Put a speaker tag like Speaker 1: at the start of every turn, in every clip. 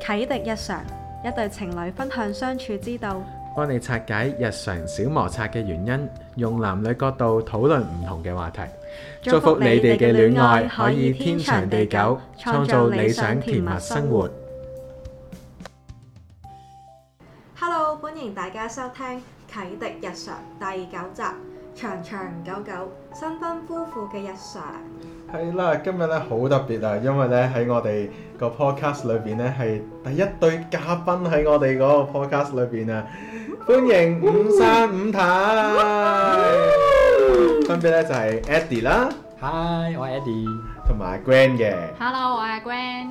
Speaker 1: 啟迪日常，一對情侶分享相處之道。
Speaker 2: 幫你拆解日常小摩擦嘅原因，用男女角度討論唔同嘅話題。祝福你哋嘅戀愛可以天長地久，創造理想甜蜜生活。
Speaker 1: Hello，歡迎大家收聽《啟迪日常》第九集，長長久久新婚夫婦嘅日常。
Speaker 2: 係啦，今日咧好特別啊，因為咧喺我哋個 podcast 裏邊咧係第一對嘉賓喺我哋嗰個 podcast 裏邊啊，歡迎五三五太，分別咧就係 Eddie 啦，
Speaker 3: Hi，我係 Eddie。
Speaker 2: 同埋 Gran 嘅，
Speaker 4: Hello，我係 Gwen。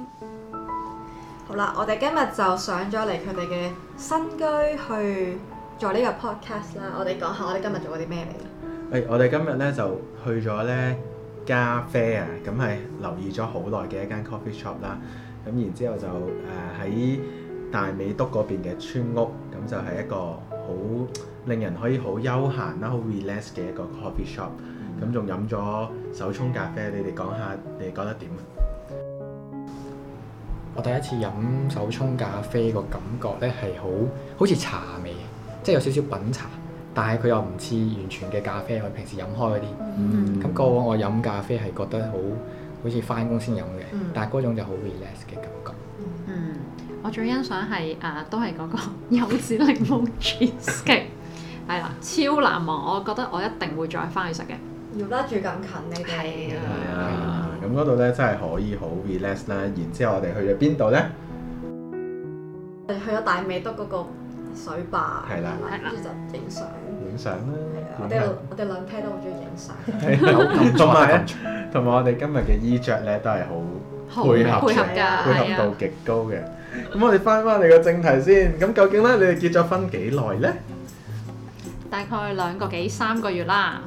Speaker 1: 好啦，我哋今日就上咗嚟佢哋嘅新居去做呢個 podcast 啦。我哋講下我哋今日做過啲咩嚟？
Speaker 2: 誒，我哋今日咧就去咗咧咖啡啊，咁係留意咗好耐嘅一間 coffee shop 啦。咁然之後就誒喺、大美督嗰邊嘅村屋，咁就係一個好令人可以好休閒啦、好 relax 嘅一個 coffee shop。咁
Speaker 3: 嗯
Speaker 2: 仲飲咗手沖咖啡，你哋講下你哋覺得點啊？
Speaker 3: 我第一次飲手沖咖啡個感覺咧係好好似茶味，啊即係有少少品茶，但係佢又唔似完全嘅咖啡，我平時飲開嗰啲。
Speaker 2: 嗯
Speaker 3: 咁過往我飲咖啡係覺得好好似翻工先飲嘅，
Speaker 1: 嗯
Speaker 3: 但係嗰種就好 relax 嘅感覺。
Speaker 4: 嗯，我最欣賞係啊，都係嗰個 柚子檸檬 cheesecake，係 啦，超難忘。我覺得我一定會再翻去食嘅。
Speaker 1: 要拉住咁近你哋
Speaker 4: 係啊
Speaker 2: 係啊，咁嗰度咧真係可以好 relax 啦。然之後我哋去咗邊度咧？
Speaker 1: 我哋去咗大美督嗰個水壩，
Speaker 2: 係啦
Speaker 4: 係
Speaker 1: 跟
Speaker 4: 啦
Speaker 1: 住就影相。係
Speaker 2: 影相啦
Speaker 1: 啊，我
Speaker 2: 影
Speaker 1: 哋
Speaker 2: 下
Speaker 1: 我哋兩 pair 都好中意影相。
Speaker 3: 咁
Speaker 2: 同埋咧
Speaker 3: 咁，
Speaker 2: 同埋我哋今日嘅衣着咧都係好
Speaker 4: 好
Speaker 2: 配合
Speaker 4: 配合㗎，
Speaker 1: 嘅
Speaker 2: 配
Speaker 4: 係
Speaker 2: 合度
Speaker 4: 啊。
Speaker 2: 極高嘅。咁我哋翻返嚟個正題先，咁究竟咧你哋結咗婚幾耐咧
Speaker 4: 大概兩個幾三個月啦。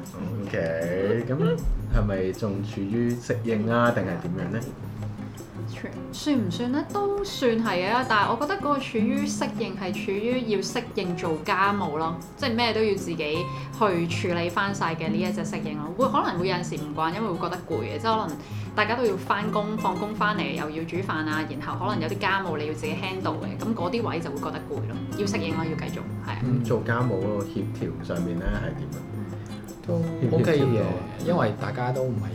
Speaker 2: ？OK，咁係咪仲處於適應啊，定係點樣咧？
Speaker 4: 算唔算咧？都算係嘅，但係我覺得嗰個處於適應係處於要適應做家務咯，即係咩都要自己去處理翻晒嘅呢一隻適應咯。會可能會有陣時唔慣，因為會覺得攰嘅，即係可能大家都要翻工、放工翻嚟，又要煮飯啊，然後可能有啲家務你要自己 handle 嘅，咁嗰啲位就會覺得攰咯，要適應咯，要繼續係啊。
Speaker 2: 咁嗯做家務嗰個協調上面咧係點啊？
Speaker 3: 都 OK 嘅，因為大家都唔係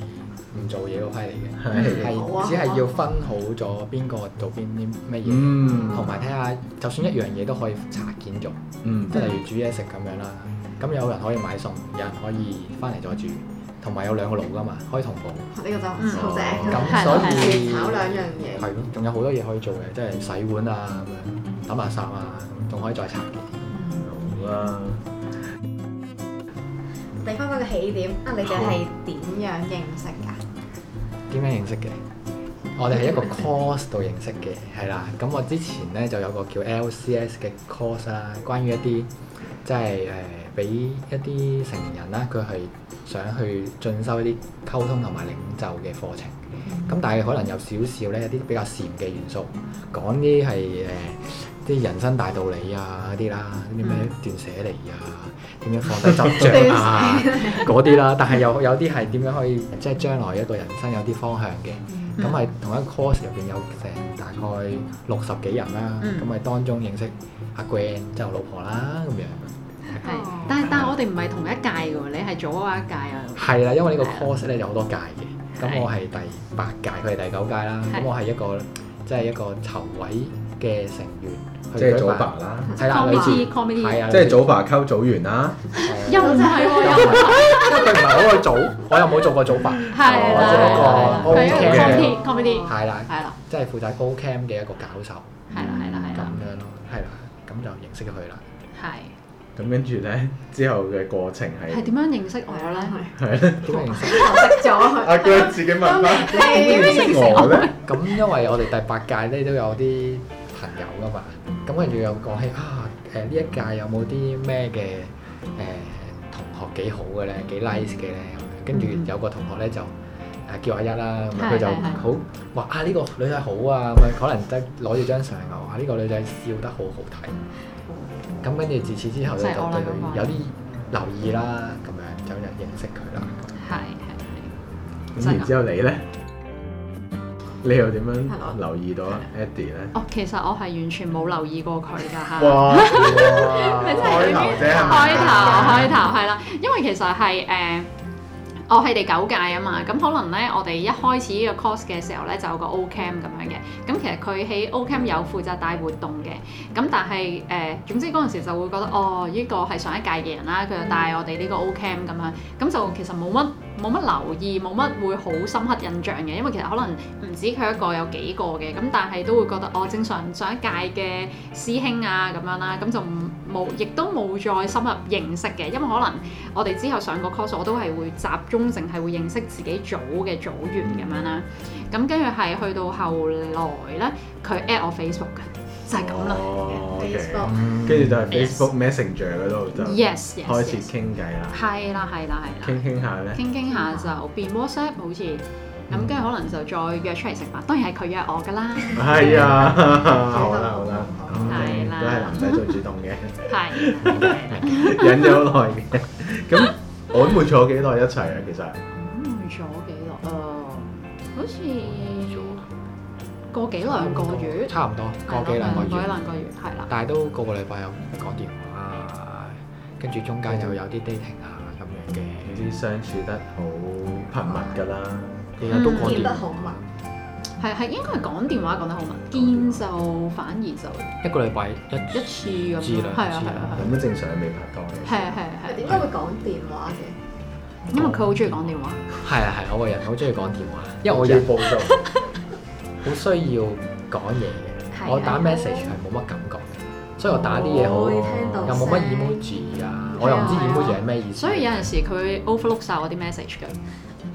Speaker 3: 唔做嘢嗰批嚟嘅，
Speaker 2: 係
Speaker 1: 好啊
Speaker 3: 係只係要分好咗邊個做邊啲乜嘢。
Speaker 2: 嗯
Speaker 3: 同埋睇下，就算一樣嘢都可以拆件做，
Speaker 2: 嗯
Speaker 3: 即係例如煮嘢食咁樣啦。咁有人可以買餸，有人可以翻嚟再煮，同埋有兩個爐噶嘛，可以同步。
Speaker 1: 呢個就
Speaker 4: 嗯
Speaker 1: 好正，
Speaker 3: 咁
Speaker 4: 所
Speaker 3: 以
Speaker 1: 炒兩樣嘢。
Speaker 3: 係咯，仲有好多嘢可以做嘅，即係洗碗啊咁樣，抌垃圾啊，仲可以再拆件。
Speaker 2: 好啊啦。
Speaker 1: 你翻返個起點啊！你哋係點樣認識㗎？
Speaker 3: 點樣認識嘅？我哋係一個 course 度認識嘅，係啦。咁我之前咧就有個叫 LCS 嘅 course 啦，關於一啲即係誒俾一啲成年人啦，佢係想去進修一啲溝通同埋領袖嘅課程。咁但係可能有少少咧一啲比較禪嘅元素，講啲係誒啲人生大道理啊嗰啲啦，啲咩斷捨離啊，點樣放低執着啊嗰啲啦。但係有有啲係點樣可以即係將來一個人生有啲方向嘅。
Speaker 4: 嗯
Speaker 3: 咁係同一個 course 入邊有成大概六十幾人啦，
Speaker 4: 嗯
Speaker 3: 咁咪、當中認識阿 Gwen 即係我老婆啦咁樣。
Speaker 4: 係，但係但係我哋唔係同一屆嘅喎，你係早我一屆啊。
Speaker 3: 係啦，因為呢個 course 咧有好多屆嘅，咁我係第八屆，佢係第九屆啦。
Speaker 4: 係
Speaker 3: 咁我係一個即係一個籌委嘅成員，去
Speaker 2: 即係
Speaker 3: 舉
Speaker 2: 組
Speaker 3: 辦
Speaker 2: 爸啦，
Speaker 3: 係啦，類似
Speaker 4: Committee，committee
Speaker 3: 係啊，
Speaker 2: 即係
Speaker 3: 組
Speaker 2: 組爸溝組員啦，
Speaker 4: 又唔係喎，又
Speaker 3: 因為佢啊唔係我個組，我又冇做過組辦，
Speaker 2: 哦
Speaker 4: 係啦，
Speaker 3: 我
Speaker 4: 係
Speaker 3: 只
Speaker 4: 啦係啦
Speaker 3: 係一個 OK
Speaker 4: 係 comedy，comedy，
Speaker 3: 係啦，
Speaker 4: 係啦，
Speaker 3: 即係負責 O Cam 嘅一個教授
Speaker 4: 係啦，
Speaker 2: 嗯
Speaker 4: 係啦，
Speaker 3: 咁
Speaker 4: 係啊啦，
Speaker 3: 樣咯，係啦，咁就認識咗佢啦。
Speaker 4: 係
Speaker 2: 咁跟住咧之後嘅過程
Speaker 4: 係
Speaker 2: 係
Speaker 4: 點樣認識我咧？
Speaker 2: 係咧，
Speaker 3: 點樣認識？
Speaker 1: 我識咗 佢。
Speaker 2: 阿 Gwen 自己問翻，
Speaker 1: 你點樣認識
Speaker 2: 我咧？
Speaker 3: 咁因為我哋第八屆咧都有啲朋友噶嘛，咁跟住又講起啊誒呢一屆有冇啲咩嘅誒同學幾好嘅咧，幾 nice 嘅咧咁樣，跟住
Speaker 4: 嗯
Speaker 3: 有個同學咧就誒叫阿一啦，咁樣
Speaker 4: 係
Speaker 3: 佢就
Speaker 4: 係係
Speaker 3: 好話啊呢個女仔好啊，咁樣可能得攞住張相啊，哇呢個女仔笑得好好睇，咁跟住自此之後咧
Speaker 4: 就係
Speaker 3: 就
Speaker 4: 我啦咁講
Speaker 3: 對佢有啲留意啦，咁樣就認識佢啦。
Speaker 4: 係係
Speaker 2: 咁然之後你咧？你又點樣
Speaker 1: 係咯
Speaker 2: 留意到啊 Eddie 咧？
Speaker 4: 哦，其實我係完全冇留意過佢㗎嚇。
Speaker 2: 哇！
Speaker 4: 你 真
Speaker 2: 開
Speaker 4: 係
Speaker 2: 頭啫，係
Speaker 4: 開頭
Speaker 2: 咪
Speaker 4: 開頭係啦，因為其實係誒、呃我係第九屆啊嘛，咁可能咧我哋一開始呢個 course 嘅時候咧就有個 O Cam 咁樣嘅，咁其實佢喺 O Cam 有負責帶活動嘅，咁但係誒、呃、總之嗰陣時就會覺得哦呢、個係上一屆嘅人啦，佢就帶我哋呢個 O Cam 咁樣。咁就其實冇乜冇乜留意，冇乜會好深刻印象嘅，因為其實可能唔止佢一個，有幾個嘅，咁但係都會覺得哦，正常上一屆嘅師兄啊咁樣啦，咁就唔冇，亦都冇再深入認識嘅，因為可能我哋之後上個 course 我都係會集中淨係會認識自己組嘅組員咁樣啦，咁跟住係去到後來咧，佢 at 我 Facebook 嘅，就係咁啦。
Speaker 2: 哦，OK，
Speaker 1: Facebook
Speaker 2: 跟住就係
Speaker 4: Yes
Speaker 2: Facebook Messenger 嗰度就
Speaker 4: yes yes，
Speaker 2: 開始
Speaker 4: yes
Speaker 2: 傾偈啦，
Speaker 4: 係啦係啦係啦
Speaker 2: 傾。傾下咧，
Speaker 4: 傾傾下就變 WhatsApp 好似，咁跟住可能就再約出嚟食飯，當然係佢約我㗎啦，
Speaker 2: 係啊，好啦好啦，
Speaker 4: 係啦
Speaker 2: 都係男仔最主動嘅，
Speaker 4: 係
Speaker 2: 忍咗好耐嘅。咁曖昧咗幾耐一齊啊？其實
Speaker 4: 咁咗幾耐啊？好似個幾兩個月，
Speaker 3: 差唔多個幾兩個
Speaker 4: 係咯
Speaker 3: 月，
Speaker 4: 兩個月係啦，
Speaker 3: 但係都個個禮拜有講電話啊，跟住中間又有
Speaker 2: 嗯
Speaker 3: 啲 dating 啊咁樣嘅，
Speaker 2: 啲相處得好頻密㗎啦，
Speaker 3: 日日都講
Speaker 1: 見
Speaker 3: 電
Speaker 1: 得
Speaker 4: 啊
Speaker 1: 好密
Speaker 3: 話，，
Speaker 4: 係係應該係講電話講得好密，見就反而就
Speaker 3: 一個禮拜
Speaker 4: 一
Speaker 3: 一
Speaker 4: 次咁
Speaker 3: 知
Speaker 4: 樣
Speaker 3: 啦，
Speaker 4: 係啊
Speaker 3: 知
Speaker 4: 係
Speaker 3: 啦
Speaker 4: 啊
Speaker 2: 咁都正常未拍拖嘅。
Speaker 4: 係啊係啊係
Speaker 1: 佢
Speaker 4: 啊
Speaker 1: 點解會講電話嘅？
Speaker 4: 因為佢好中意講電話，
Speaker 3: 係啊係，我個人好中意講電話，因為我
Speaker 2: 我要
Speaker 3: 人
Speaker 2: 報道，
Speaker 3: 好需要講嘢嘅，
Speaker 4: 係啊
Speaker 3: 我
Speaker 4: 係
Speaker 3: 打
Speaker 4: 係
Speaker 3: message 係冇乜感覺嘅，所以我打啲嘢好
Speaker 4: 哦
Speaker 1: 我會聽到
Speaker 3: 又冇乜
Speaker 1: 聲
Speaker 3: emoji 啊，我又唔知
Speaker 4: 係啊
Speaker 3: emoji 係咩意思，
Speaker 4: 所以有陣時佢 overlook 晒我啲 message 㗎，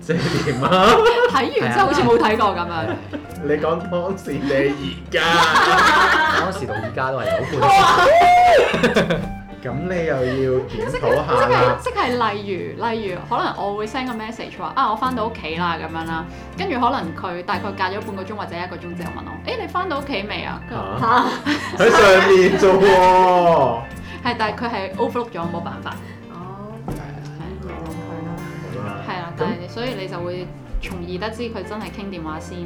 Speaker 2: 即係點啊？
Speaker 4: 睇完之後好似冇睇過咁樣。
Speaker 2: 你講當時定係而家？
Speaker 3: 嗰時到而家都係有半，
Speaker 2: 咁你又要檢
Speaker 4: 即
Speaker 2: 討下
Speaker 4: 係
Speaker 2: 啦。
Speaker 4: 即係例如例如，可能我會 send 個 message 話啊，我翻到屋企啦咁樣啦，跟住可能佢大概隔咗半個鐘或者一個鐘之後問我，誒、你翻到屋企未啊？跟住
Speaker 2: 嚇
Speaker 1: 嚇
Speaker 2: 喺上面啫喎。
Speaker 4: 係，但係佢係 overlook 咗，冇辦法，
Speaker 1: 哦，
Speaker 3: 啊
Speaker 4: 係
Speaker 1: 原諒佢啦。
Speaker 4: 係啦，但係所以你就會從而得知佢真係傾電話先，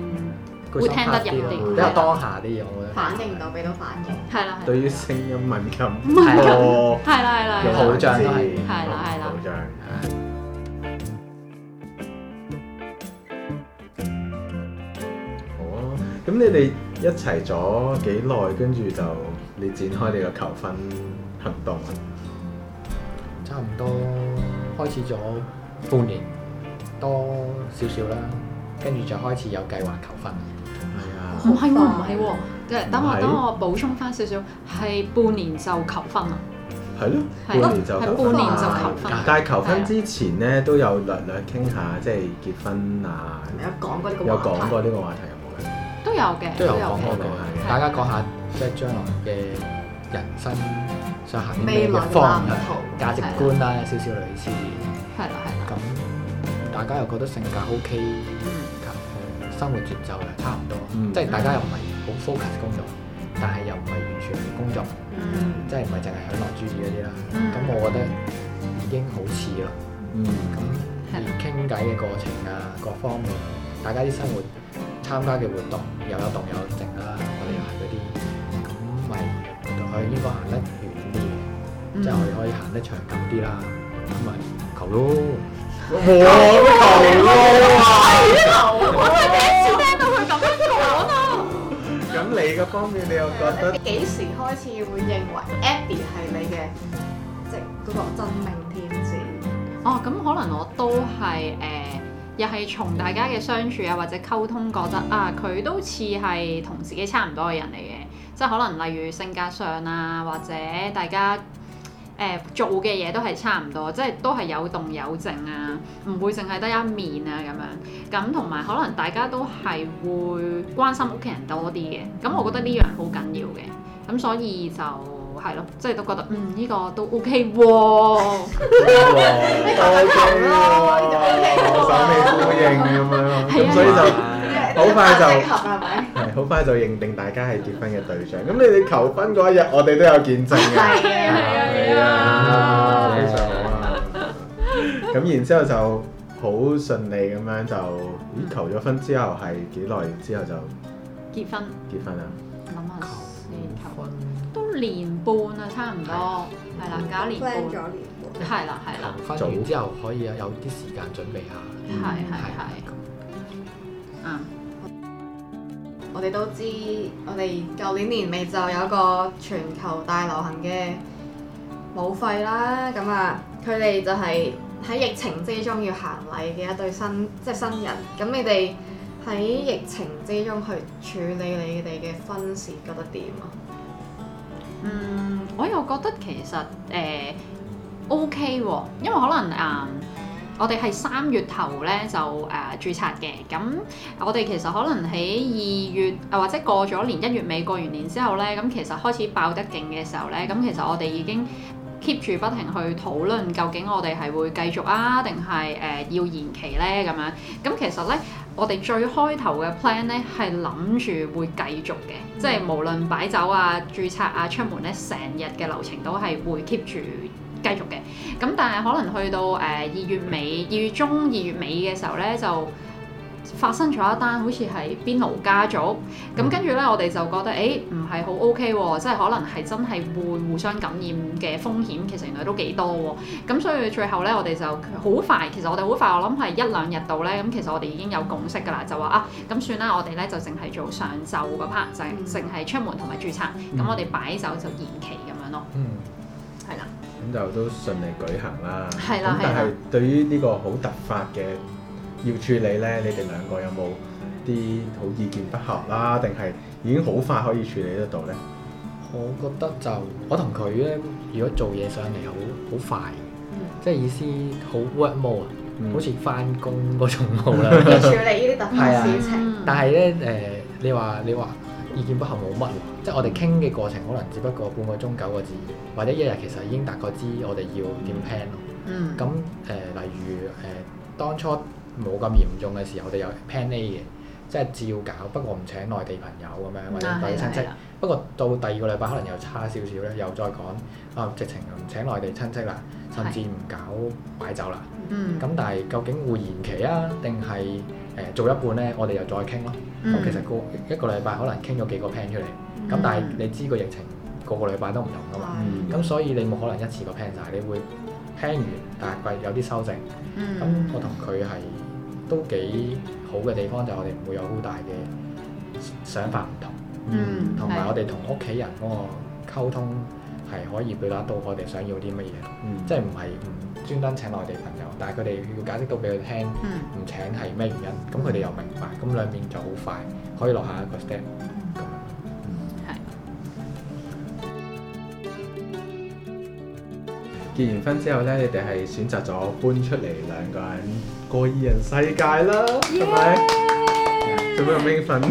Speaker 3: 佢
Speaker 4: 會聽得入
Speaker 3: 深刻
Speaker 4: 啲
Speaker 3: 咯比較當下啲嘢，我覺得
Speaker 1: 反應到俾到反應，
Speaker 4: 係啦，係
Speaker 2: 對
Speaker 4: 啦
Speaker 2: 於聲音敏感哦
Speaker 3: 係啦
Speaker 2: 多，
Speaker 4: 係啦係啦
Speaker 2: 用
Speaker 4: 係
Speaker 3: 好
Speaker 4: 啦，
Speaker 2: 文字
Speaker 3: 像都係
Speaker 4: 係啦係啦
Speaker 2: 好像好啊。咁你哋一齊咗幾耐，跟住就你展開你個求婚行動啊？
Speaker 3: 差唔多開始咗半年多少少啦，跟住就開始有計劃求婚。
Speaker 2: 係啊
Speaker 4: 唔係喎，唔係喎，即係等
Speaker 2: 唔
Speaker 4: 我
Speaker 2: 係
Speaker 4: 等我補充翻少少，係半年就求婚啦，
Speaker 2: 係咯，
Speaker 4: 係哦
Speaker 2: 半年就
Speaker 4: 係
Speaker 2: 求
Speaker 4: 半
Speaker 2: 婚。
Speaker 4: 年就求婚啊啦，
Speaker 2: 但係求婚之前咧，都有略略傾下，即係結婚啊，
Speaker 1: 係咪有講過呢
Speaker 2: 有
Speaker 1: 個話
Speaker 2: 講
Speaker 1: 題？
Speaker 2: 過呢個話題有冇嘅？
Speaker 4: 都有嘅，
Speaker 3: 都有
Speaker 4: 嘅
Speaker 3: 講過
Speaker 2: 都有
Speaker 3: 嘅，
Speaker 2: 嘅
Speaker 3: 大家講下即係將來嘅人生想行啲咩
Speaker 1: 未來
Speaker 3: 嘅
Speaker 1: 嘅
Speaker 3: 方
Speaker 1: 藍
Speaker 3: 向、
Speaker 1: 圖
Speaker 3: 價值觀啦，有少少類似。
Speaker 4: 係啦係啦，
Speaker 3: 咁大家又覺得性格 OK，
Speaker 4: 嗯。
Speaker 3: 及生活節奏又差唔多，
Speaker 2: 嗯
Speaker 3: 即係大家又唔係好 focus 工作，但係又唔係完全唔工作，
Speaker 1: 嗯，
Speaker 3: 即係唔係淨係享樂主義嗰啲啦。
Speaker 4: 嗯
Speaker 3: 咁、我覺得已經好似咯。
Speaker 2: 嗯。
Speaker 3: 咁
Speaker 4: 係啦
Speaker 3: 而傾偈嘅過程啊，各方面，大家啲生活參加嘅活動又有動有靜啦，我哋又係嗰啲，咁咪佢應該行得遠啲嘅，
Speaker 4: 嗯
Speaker 3: 即係我哋可以行得長久啲啦，咁咪求咯，
Speaker 2: 我求咯啊！
Speaker 4: 我係第一次聽到佢咁樣講啊！
Speaker 2: 咁你嘅方面，你又覺得
Speaker 1: 你幾時開始會認為 Abby 係你嘅即係嗰個真命天子？
Speaker 4: 哦，咁可能我都係誒、呃又係從大家嘅相處啊或者溝通覺得啊，佢都似係同自己差唔多嘅人嚟嘅，即係可能例如性格上啊，或者大家。誒、做嘅嘢都係差唔多，即係都係有動有靜啊，唔會淨係得一面啊咁樣。咁同埋可能大家都係會關心屋企人多啲嘅，咁我覺得呢樣好緊要嘅。咁所以就係咯，即係都覺得嗯呢、個都 OK 喎。
Speaker 2: 你
Speaker 1: 求緊求
Speaker 2: 哦
Speaker 1: 咯你就 OK 喎
Speaker 2: 手尾呼應咁樣，咁
Speaker 4: 係啊
Speaker 2: 所以就好快就
Speaker 1: 適合係咪？
Speaker 2: 係好快就認定大家係結婚嘅對象。咁你哋求婚嗰一日，我哋都有見證嘅，
Speaker 1: 係啊係啊
Speaker 4: 係啊
Speaker 2: 非常好啊！咁然之後就好順利咁樣就咦求咗婚之後係幾耐之後就
Speaker 4: 結婚，
Speaker 2: 結婚啊？
Speaker 4: 諗下先，求婚都年半啦，差唔多，係啦，
Speaker 2: 啊
Speaker 4: 搞年
Speaker 1: 嗯 plan
Speaker 4: 半，
Speaker 1: 咗年半。
Speaker 4: 係啦，係啦，
Speaker 3: 求婚完之後可以有啲時間準備下，
Speaker 4: 係係
Speaker 3: 係
Speaker 4: 係，啊啱。
Speaker 1: 我哋都知，我哋舊年年尾就有一個全球大流行嘅舞費啦，咁啊，佢哋就係喺疫情之中要行禮嘅一對新即係新人。咁你哋喺疫情之中去處理你哋嘅婚事，覺得點啊？
Speaker 4: 嗯，我又覺得其實誒、呃 OK 喎，因為可能啊、我哋係三月頭咧就誒、呃、註冊嘅，咁我哋其實可能喺二月啊或者過咗年一月尾過完年之後咧，咁其實開始爆得勁嘅時候咧，咁其實我哋已經 keep 住不停去討論究竟我哋係會繼續啊，定係誒要延期咧咁樣。咁其實咧。我哋最開頭嘅 plan 咧係諗住會繼續嘅，即係無論擺酒啊、註冊啊、出門咧，成日嘅流程都係會 keep 住繼續嘅。咁但係可能去到誒二、月尾、二月中、二月尾嘅時候咧，就發生咗一單好似係邊爐家族，咁跟住咧我哋就覺得誒唔係好 OK 喎、即係可能係真係會互相感染嘅風險，其實原來都幾多喎、咁所以最後咧，我哋就好快，其實我哋好快，我諗係一兩日度咧，咁其實我哋已經有共識㗎啦，就話啊，咁算啦，我哋咧就淨係做上晝嗰 part，就係
Speaker 1: 嗯
Speaker 4: 淨係出門同埋註冊，
Speaker 2: 嗯
Speaker 4: 咁我哋擺酒就延期咁樣咯，
Speaker 2: 嗯。
Speaker 4: 係啦，
Speaker 2: 咁就都順利舉行啦。
Speaker 4: 係
Speaker 2: 咁
Speaker 4: 啦係
Speaker 2: 但
Speaker 4: 啦
Speaker 2: 係對於呢個好突發嘅要處理咧，你哋兩個有冇啲好意見不合啦？定係已經好快可以處理得到咧？
Speaker 3: 我覺得就我同佢咧，如果做嘢上嚟好好快，
Speaker 4: 嗯
Speaker 3: 即係意思好 work mode 啊，
Speaker 2: 嗯
Speaker 3: 好似翻工嗰種 mode
Speaker 1: 要
Speaker 3: 啦。
Speaker 1: 處啊理呢
Speaker 3: 啊
Speaker 1: 啲突發事情，
Speaker 4: 嗯
Speaker 3: 但係咧誒，你話你話意見不合冇乜喎，即係我哋傾嘅過程可能只不過半個鐘九個字，或者一日其實已經大概知我哋要點 plan 咯。
Speaker 4: 嗯，
Speaker 3: 咁誒、例如誒、當初冇咁嚴重嘅時候，我哋有 plan A 嘅，即係照搞，不過唔請內地朋友咁樣或者
Speaker 4: 啊
Speaker 3: 內地親
Speaker 4: 係
Speaker 3: 戚
Speaker 4: 啦。
Speaker 3: 不過到第二個禮拜可能又差少少咧，又再講啊，直情唔請內地親戚啦，甚至唔搞擺酒啦。
Speaker 4: 嗯，
Speaker 3: 咁但係究竟會延期啊，定係誒做一半咧？我哋又再傾咯。咁、
Speaker 4: 嗯
Speaker 3: 其實個一個禮拜可能傾咗幾個 plan 出嚟，咁、
Speaker 4: 嗯
Speaker 3: 但係你知個疫情個個禮拜都唔同噶嘛。
Speaker 2: 嗯
Speaker 3: 咁所以你冇可能一次過 plan 晒，你會 plan 完，但係有啲修正。咁
Speaker 4: 嗯
Speaker 3: 我同佢係都幾好嘅地方就係我哋唔會有好大嘅想法唔同，
Speaker 4: 嗯
Speaker 3: 同埋
Speaker 4: 係
Speaker 3: 我哋同屋企人嗰個溝通係可以表達到我哋想要啲乜嘢，
Speaker 2: 嗯，
Speaker 3: 即係唔係唔專登請內地朋友，但係佢哋要解釋到俾佢聽
Speaker 4: 嗯
Speaker 3: 唔請係咩原因，咁佢哋又明白，咁兩邊就好快可以落下一個 step 咁樣。
Speaker 2: 結完婚之後咧，你哋係選擇咗搬出嚟兩個人過二人世界啦，係咪？做咩咁興奮？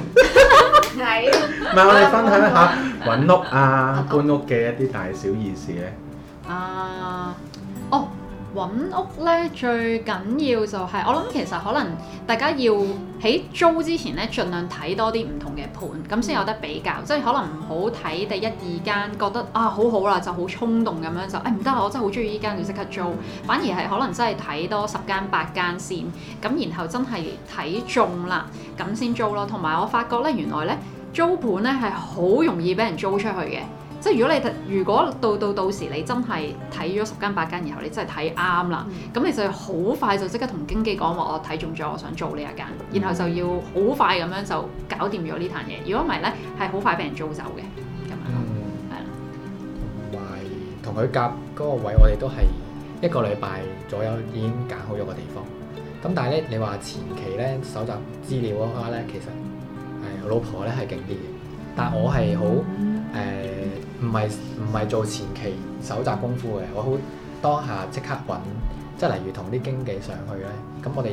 Speaker 1: 係
Speaker 2: 唔係我哋分享一 下揾屋啊、搬屋嘅一啲大小意事咧。
Speaker 4: 啊，哦，揾屋咧最緊要就係、我諗其實可能大家要喺租之前咧，盡量睇多啲唔同嘅盤，咁先有得比較。即係可能唔好睇第一二間，覺得啊好好啦，就好衝動咁樣就，哎誒唔得啦，啊我真係好中意呢間，就即刻租。反而係可能真係睇多十間八間先，咁然後真係睇中啦，咁先租咯。同埋我發覺咧，原來咧租盤咧係好容易俾人租出去嘅。即係如果你如果到到到時你真係睇咗十間八間，然後你真係睇啱啦，
Speaker 3: 嗯
Speaker 4: 咁、你就好快就即刻同經紀講話，我睇中咗，我想做呢一間，然後就要好快咁樣就搞掂咗呢壇嘢。如果唔係咧，係好快俾人租走嘅咁樣咯。
Speaker 3: 嗯，
Speaker 4: 係啦
Speaker 3: 同埋同佢夾嗰個位，我哋都係一個禮拜左右已經揀好咗個地方。咁但係咧，你話前期咧搜集資料嗰下咧，其實係我老婆咧係勁啲嘅，但我係好
Speaker 4: 嗯
Speaker 3: 誒唔係唔係做前期搜集功夫嘅，我好當下即刻揾，即係例如同啲經紀上去咧，咁我哋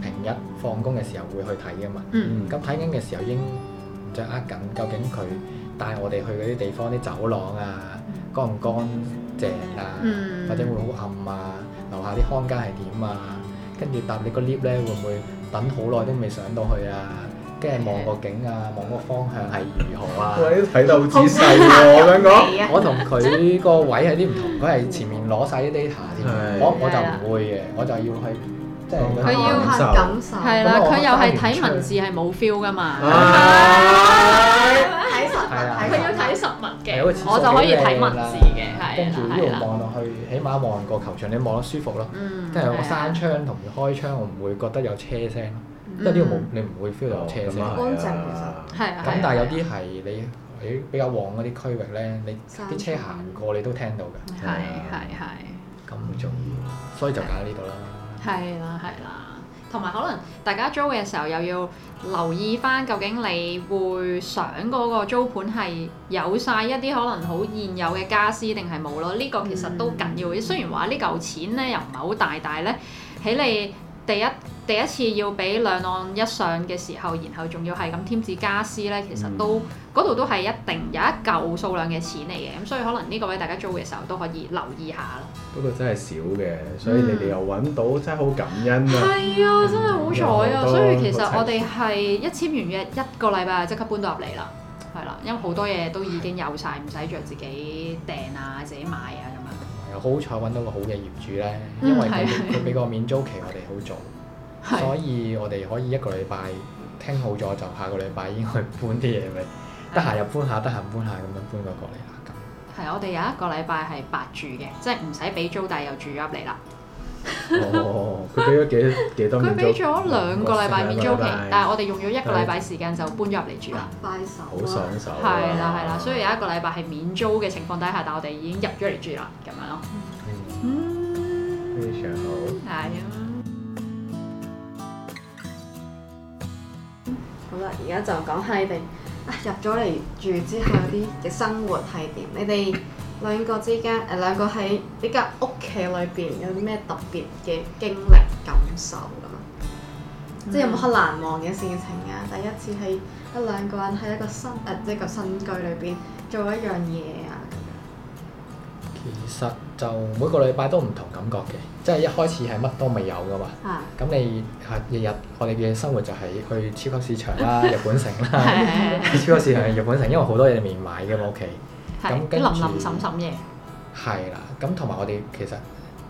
Speaker 3: 平日放工嘅時候會去睇噶嘛。
Speaker 4: 嗯
Speaker 3: 咁睇緊嘅時候已經掌握緊，究竟佢帶我哋去嗰啲地方啲走廊啊，乾唔乾淨啊，
Speaker 4: 嗯
Speaker 3: 或者會好暗啊，樓下啲空間係點啊，跟住搭你個 lift 咧會唔會等好耐都未上到去啊？跟住望個景啊，望個方向係如何 啊？
Speaker 2: 喂，睇得好仔細喎，我想講。
Speaker 1: 係啊，
Speaker 3: 我同佢個位有啲唔同，佢係前面攞晒啲 data 添
Speaker 2: 係，
Speaker 3: 我我就
Speaker 4: 係啦哦
Speaker 3: 唔會嘅，我就要去即係
Speaker 4: 佢要
Speaker 2: 感受
Speaker 1: 係感受，
Speaker 4: 係啦，
Speaker 3: 咁我
Speaker 4: 佢又係
Speaker 3: 覺得係
Speaker 4: 睇
Speaker 3: 唔
Speaker 4: 文字係冇 feel 噶嘛，
Speaker 1: 睇實物睇實物
Speaker 4: 佢要睇實物
Speaker 3: 係啊係好
Speaker 4: 嘅
Speaker 3: 似，
Speaker 4: 我就可以睇文字嘅，係啦
Speaker 3: 跟住呢
Speaker 4: 係啊
Speaker 3: 度
Speaker 4: 啦，
Speaker 3: 望落去，起碼望個球場你望得舒服咯。
Speaker 4: 嗯，
Speaker 3: 跟住我
Speaker 4: 係啊
Speaker 3: 閂窗同開窗，我唔會覺得有車聲咯，因為呢度冇你唔會 feel 到有車
Speaker 2: 哦
Speaker 3: 聲。
Speaker 1: 啊
Speaker 3: 咁
Speaker 1: 乾淨其
Speaker 4: 嗯係啊，係啊
Speaker 3: 但係有啲係你喺比較旺嗰啲區域咧，你啲車行過你都聽到㗎，
Speaker 4: 係係
Speaker 3: 咁重要，所以就揀呢度啦。
Speaker 4: 係係啦係啦，同埋可能大家租嘅時候又要留意翻，究竟你會想嗰個租盤係有晒一啲可能好現有嘅家私定係冇咯？呢、個其實都緊要嘅。雖然話呢嚿錢咧又唔係好大，但係咧喺你第一第一次要俾兩岸一上嘅時候，然後仲要係咁添置家私咧，其實都嗰度、都係一定有一嚿數量嘅錢嚟嘅。咁所以可能呢個位大家租嘅時候都可以留意下啦。
Speaker 2: 不過真係少嘅，所以你哋又揾到，
Speaker 4: 嗯
Speaker 2: 真係好感恩 啊！
Speaker 4: 係啊，真係好彩啊！
Speaker 2: 有好多
Speaker 4: 所以其實我哋係一簽完約一個禮拜就即刻搬到入嚟啦，係啦，因為好多嘢都已經有晒，唔使着自己訂啊、自己買啊
Speaker 3: 又好彩揾到個好嘅業主咧，因為佢
Speaker 4: 嗯係
Speaker 3: 佢俾個免租期我哋好早，
Speaker 4: 係
Speaker 3: 所以我哋可以一個禮拜聽好咗，就下個禮拜已經去搬啲嘢咪，得閒又搬下，得閒搬下咁樣搬過過嚟啦。咁
Speaker 4: 咁樣。係，我哋有一個禮拜係白住嘅，即係唔使俾租，但係又住咗入嚟啦。
Speaker 2: 哦，佢俾咗幾幾多
Speaker 4: 佢
Speaker 2: 面
Speaker 4: 俾
Speaker 2: 租，
Speaker 4: 咗兩個禮拜免租
Speaker 2: 兩個
Speaker 4: 期
Speaker 2: 禮拜，
Speaker 4: 但係我哋用咗一個禮拜時間就搬咗入嚟住啦。
Speaker 1: 快手
Speaker 2: 好
Speaker 1: 啊！
Speaker 2: 爽手啊
Speaker 4: 係啦係啦，所以有一個禮拜係免租嘅情況底下，但我哋已經入咗嚟住啦，咁樣咯。
Speaker 3: 嗯
Speaker 4: 嗯，
Speaker 2: 非常好。
Speaker 4: 係啊。
Speaker 1: 好啦，而家就講下你哋啊入咗嚟住之後有啲嘅生活係點？你哋兩個之間誒、呃兩個喺呢間屋企裏邊有啲咩特別嘅經歷感受咁啊？即係有冇好難忘嘅事情啊？第一次係一兩個人喺一個新誒、呃即係個新居裏邊做一樣嘢啊
Speaker 3: 其實就每個禮拜都唔同感覺嘅，即係一開始係乜都未有噶嘛。
Speaker 1: 咁樣啊！
Speaker 3: 咁你係日日我哋嘅生活就係去超級市場啦、日本城啦。
Speaker 4: 係
Speaker 3: 超級市場係日本城，因為好多嘢你未買嘅嘛屋企。
Speaker 4: 係
Speaker 3: 咁
Speaker 4: 啲
Speaker 3: 跟
Speaker 4: 林
Speaker 3: 住
Speaker 4: 林沈沈嘢，
Speaker 3: 係啦，咁同埋我哋其實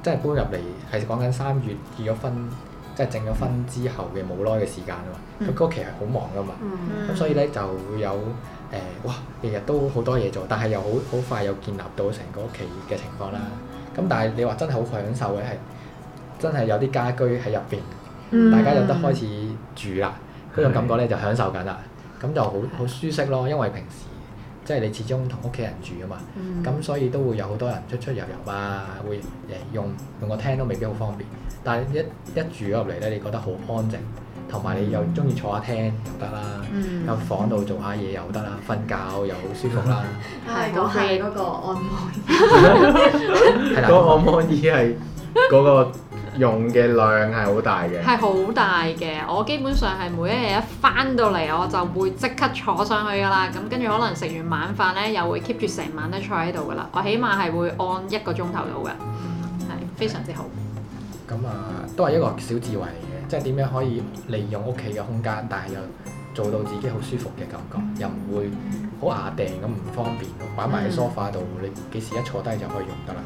Speaker 3: 即係搬入嚟係講緊三月結咗婚，即係整咗婚之後嘅冇耐嘅時間啊嘛。咁嗰、期係好忙噶嘛，
Speaker 1: 嗯，
Speaker 3: 咁所以咧就會有誒、呃哇，日日都好多嘢做，但係又好好快又建立到成個屋企嘅情況啦。咁但係你話真係好享受嘅係真係有啲家居喺入邊。
Speaker 4: 嗯
Speaker 3: 大家有得開始住啦，嗰種感覺咧就享受緊啦，咁就好好舒適咯。因為平時即係你始終同屋企人住啊嘛，
Speaker 1: 嗯
Speaker 3: 咁所以都會有好多人出出入入啊，會誒用用個廳都未必好方便，但係一一住咗入嚟咧，你覺得好安靜，同埋你又中意坐下廳又得啦，
Speaker 4: 嗯
Speaker 3: 喺房度做下嘢又得啦，瞓覺又好舒服啦，
Speaker 1: 係講下嗰個按摩
Speaker 3: 係啦。
Speaker 2: 個按摩椅係嗰個用嘅量係好大嘅，
Speaker 4: 係好大嘅。我基本上係每一日一翻到嚟，我就會即刻坐上去噶啦。咁跟住可能食完晚飯咧，又會 keep 住成晚都坐喺度噶啦。我起碼係會按一個鐘頭到嘅，係非常之好。
Speaker 3: 咁啊，都係一個小智慧嚟嘅，即係點樣可以利用屋企嘅空間，但係又做到自己好舒服嘅感覺，又唔會好牙定咁唔方便，擺埋喺梳化度，你幾時一坐低就可以用得啦。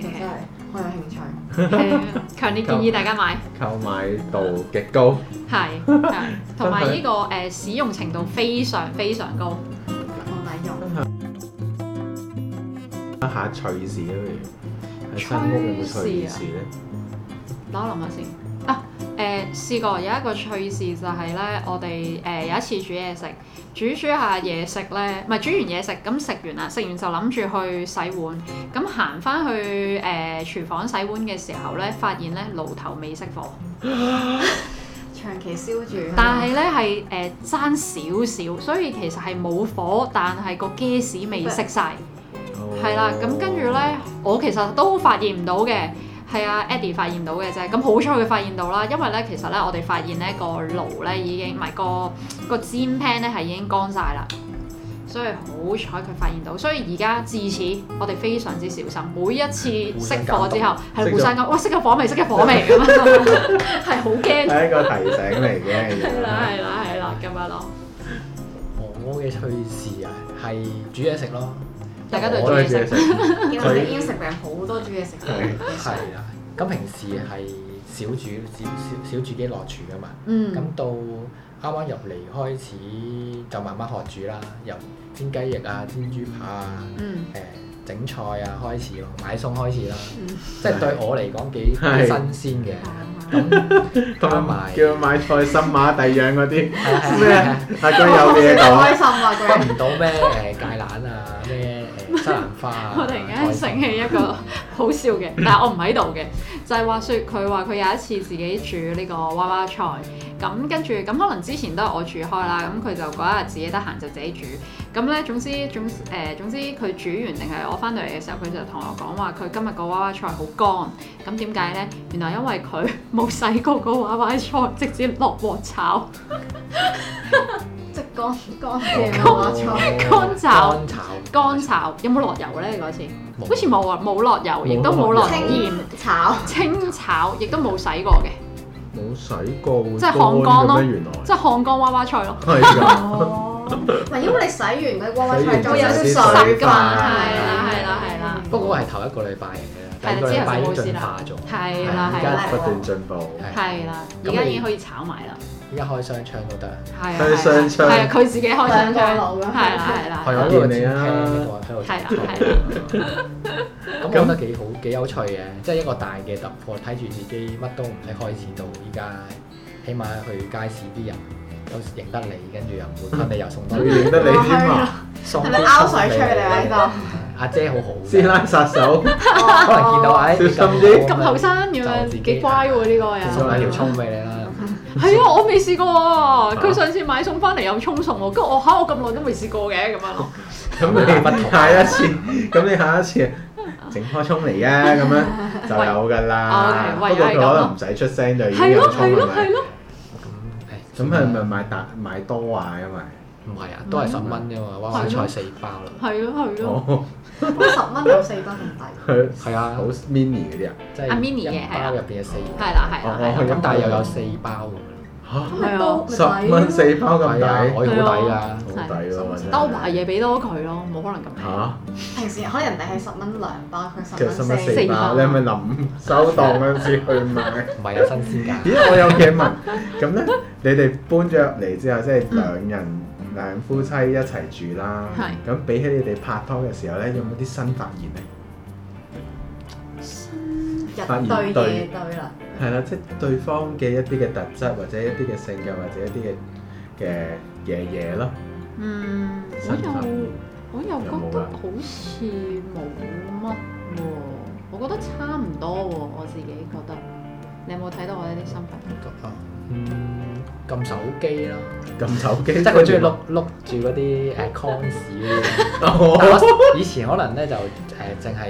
Speaker 1: 就真係
Speaker 4: 係
Speaker 1: 好有興趣。
Speaker 4: 係係，強烈建議大家買。
Speaker 2: 購買度極高。
Speaker 4: 係 係，同埋呢個誒使用程度非常非常高。
Speaker 1: 我咪用
Speaker 2: 一下趣事啊，譬如喺新
Speaker 4: 啊
Speaker 2: 屋有冇趣事啊咧？
Speaker 4: 等我諗下先啊！誒、試過有一個趣事就係咧，我哋誒、有一次煮嘢食，煮煮下嘢食咧，唔係煮完嘢食咁食完啦，食完就諗住去洗碗，咁行翻去誒、廚房洗碗嘅時候咧，發現咧爐頭未熄火，
Speaker 1: 長期燒住，
Speaker 4: 但係咧係誒爭少少，所以其實係冇火，但係個 gas 未熄晒。係啦，
Speaker 2: 哦
Speaker 4: 咁跟住咧，我其實都發現唔到嘅，係啊，Eddie 發現到嘅啫。咁好彩佢發現到啦，因為咧其實咧我哋發現咧個爐咧已經唔係個個煎 pan 咧係已經乾晒啦，所以好彩佢發現到。所以而家自此我哋非常之小心，每一次熄火之後係啦
Speaker 2: 互
Speaker 4: 互
Speaker 2: 相
Speaker 4: 相咁，哇熄咗火未？熄咗火未？ 咁樣係好 驚。
Speaker 2: 係一個提醒嚟嘅，其實
Speaker 4: 係啦係啦係啦咁樣咯，
Speaker 3: 我嘅趣事啊，係煮嘢食咯，
Speaker 4: 大家都係
Speaker 2: 哦我都係
Speaker 4: 做嘢
Speaker 2: 煮嘢
Speaker 4: 食。
Speaker 2: 食，
Speaker 1: 其實我哋 Instagram 好多煮嘢食嘅，
Speaker 2: 係
Speaker 3: 係啦。咁平時係小主小小小自己落廚噶嘛。
Speaker 4: 嗯
Speaker 3: 咁到啱啱入嚟開始就慢慢學煮啦，由煎雞翼啊、煎豬扒啊、誒、
Speaker 4: 嗯
Speaker 3: 整菜啊開始咯，買餸開始啦，
Speaker 4: 嗯
Speaker 3: 即係對我嚟講幾
Speaker 2: 係
Speaker 3: 幾新鮮嘅。
Speaker 4: 係，
Speaker 3: 咁加
Speaker 2: 同
Speaker 3: 埋
Speaker 2: 埋叫佢買菜心馬第樣嗰啲
Speaker 3: 係啊係啊
Speaker 2: 咩
Speaker 3: 係啊
Speaker 2: 啊？阿居有嘢
Speaker 1: 開
Speaker 2: 講，
Speaker 1: 心啊佢。
Speaker 3: 分唔到咩誒芥蘭啊、咩誒西蘭花啊
Speaker 4: 我突然間醒
Speaker 3: 菜心
Speaker 4: 起
Speaker 3: 啊
Speaker 4: 一個 好笑嘅，但係我唔喺度嘅，就係話説佢話佢有一次自己煮呢個娃娃菜，咁跟住咁可能之前都係我煮開啦，咁佢就嗰一日自己得閒就自己煮，咁咧總之總誒、總之佢煮完定係我翻到嚟嘅時候，佢就同我講話佢今日個娃娃菜好乾，咁點解咧？原來因為佢冇洗過個娃娃菜，直接落鑊炒，
Speaker 1: 即乾乾淨啊！錯，
Speaker 4: 乾炒
Speaker 3: 哦乾炒
Speaker 4: 乾炒有冇落油咧？嗰次
Speaker 3: 冇
Speaker 4: 好似冇啊，冇落油，亦都冇落鹽。
Speaker 1: 炒
Speaker 4: 清炒，亦都冇洗過嘅，
Speaker 2: 冇洗過會
Speaker 4: 即係
Speaker 2: 乾
Speaker 4: 烘乾咯
Speaker 2: 嘅咩？原來
Speaker 4: 即係烘乾娃娃菜咯。
Speaker 2: 係 㗎，
Speaker 1: 哦，唔係因為你洗完佢瓜瓜菜
Speaker 2: 洗
Speaker 1: 仲
Speaker 2: 完
Speaker 1: 有啲
Speaker 2: 就先
Speaker 1: 水
Speaker 2: 洗
Speaker 1: 分，
Speaker 2: 㗎嘛係
Speaker 4: 啦係啦係啦
Speaker 3: 不過係頭一個禮拜嚟嘅啦，第
Speaker 4: 係啦
Speaker 3: 二個禮拜已
Speaker 4: 之後就
Speaker 3: 經
Speaker 4: 冇事
Speaker 3: 進
Speaker 4: 啦
Speaker 3: 化咗。
Speaker 4: 係啦
Speaker 2: 而
Speaker 4: 係
Speaker 2: 家
Speaker 4: 啦
Speaker 1: 係
Speaker 2: 不斷進步。
Speaker 4: 係啦，
Speaker 3: 咁
Speaker 4: 而家
Speaker 3: 你
Speaker 4: 已經可以炒埋啦。
Speaker 3: 依家開商窗都得，
Speaker 4: 係啊
Speaker 2: 開
Speaker 4: 係啊
Speaker 2: 雙槍
Speaker 4: 係啊，佢自己開
Speaker 1: 兩
Speaker 4: 雙槍，
Speaker 1: 個爐咁
Speaker 4: 係啦係啦，
Speaker 3: 開
Speaker 4: 係啦
Speaker 3: 咗
Speaker 2: 見
Speaker 3: 個
Speaker 2: 你
Speaker 3: 展
Speaker 2: 啦
Speaker 3: 廳喺度喺度
Speaker 4: 係啦
Speaker 3: 做
Speaker 4: 係啦，
Speaker 3: 咁我覺得幾好幾有趣嘅，即係一個大嘅突破，睇住自己乜都唔使開始到依家，起碼去街市啲人都認得你，跟住又唔會昆你，又送多
Speaker 2: 佢
Speaker 3: 你
Speaker 2: 認得嗯你添啊！
Speaker 3: 送
Speaker 1: 係
Speaker 3: 啲
Speaker 1: 咪拗水出嚟啊喺度？
Speaker 3: 阿姐好好嘅，
Speaker 2: 師奶殺手，
Speaker 1: 哦
Speaker 3: 可能見到唉
Speaker 2: 小
Speaker 3: 你
Speaker 2: 心啲
Speaker 3: 咁
Speaker 4: 咁後生咁
Speaker 3: 就自
Speaker 4: 樣
Speaker 3: 己啊
Speaker 4: 幾乖喎呢個人。
Speaker 3: 送兩條葱俾你啦。
Speaker 4: 係啊，我未試過喎。佢上次買餸翻嚟有葱送我，跟住我嚇我咁耐都未試過嘅咁樣咯。
Speaker 2: 咁你下一次，咁你下一次整開葱嚟啊，咁樣就有㗎啦。
Speaker 4: 哦喂
Speaker 2: 不過佢可能唔使出聲哦就已經
Speaker 4: 係
Speaker 2: 有
Speaker 4: 咯
Speaker 2: 葱
Speaker 4: 係
Speaker 2: 係
Speaker 4: 咯係
Speaker 2: 咪？
Speaker 4: 咯，
Speaker 3: 咁
Speaker 2: 咁係咪買大買多啊？因為
Speaker 3: 唔係啊？都係十蚊啫嘛，娃娃菜四包啦。
Speaker 4: 係咯係咯。
Speaker 2: 哦，
Speaker 1: 十蚊有四蚊唔抵。
Speaker 2: 佢
Speaker 3: 係啊
Speaker 2: 好 mini 嗰啲啊。
Speaker 3: 即係
Speaker 4: 啊，mini 嘅
Speaker 3: 一
Speaker 4: 係啦
Speaker 3: 包入邊有四包，
Speaker 4: 係啦係啦係
Speaker 2: 哦
Speaker 4: 啦。
Speaker 3: 咁但係又有四包咁
Speaker 2: 嚇
Speaker 1: 咁咪煲
Speaker 4: 啊
Speaker 1: 咪抵咯
Speaker 2: 十蚊四包咁
Speaker 3: 樣，係啊，
Speaker 2: 抵，
Speaker 3: 我哋好抵㗎。
Speaker 2: 好抵咯！真係
Speaker 4: 但我買嘢俾多佢咯，冇可能咁平。
Speaker 2: 哦嚇，
Speaker 1: 平時可能人哋係十蚊兩包，佢
Speaker 2: 其
Speaker 1: 十
Speaker 2: 實十
Speaker 1: 蚊
Speaker 2: 蚊
Speaker 1: 四
Speaker 2: 四包，你係咪臨收檔嗰陣時去買？
Speaker 3: 唔係有新鮮㗎，
Speaker 2: 咦，我有嘢問，咁咧，你哋搬咗入嚟之後，即係兩人兩夫妻一齊住啦。
Speaker 4: 係
Speaker 2: 咁比起你哋拍拖嘅時候咧，有冇啲新發現咧？
Speaker 1: 日對夜對啦。
Speaker 2: 係啦，即係對方嘅一啲嘅特質，或者一啲嘅性格，或者一啲嘅嘅嘅嘢咯。
Speaker 4: 嗯，我
Speaker 2: 新發現
Speaker 4: 又我又
Speaker 2: 有冇
Speaker 4: 覺得
Speaker 2: 㗎
Speaker 4: 好似冇乜喎，我覺得差唔多喎，我自己覺得。你有冇睇到我呢啲新聞？
Speaker 3: 嗯，撳手機啦，
Speaker 2: 撳手機，
Speaker 3: 即係佢中意碌碌住嗰啲誒 cons 嗰啲。但
Speaker 2: 碌。
Speaker 3: 我以前可能咧就誒淨係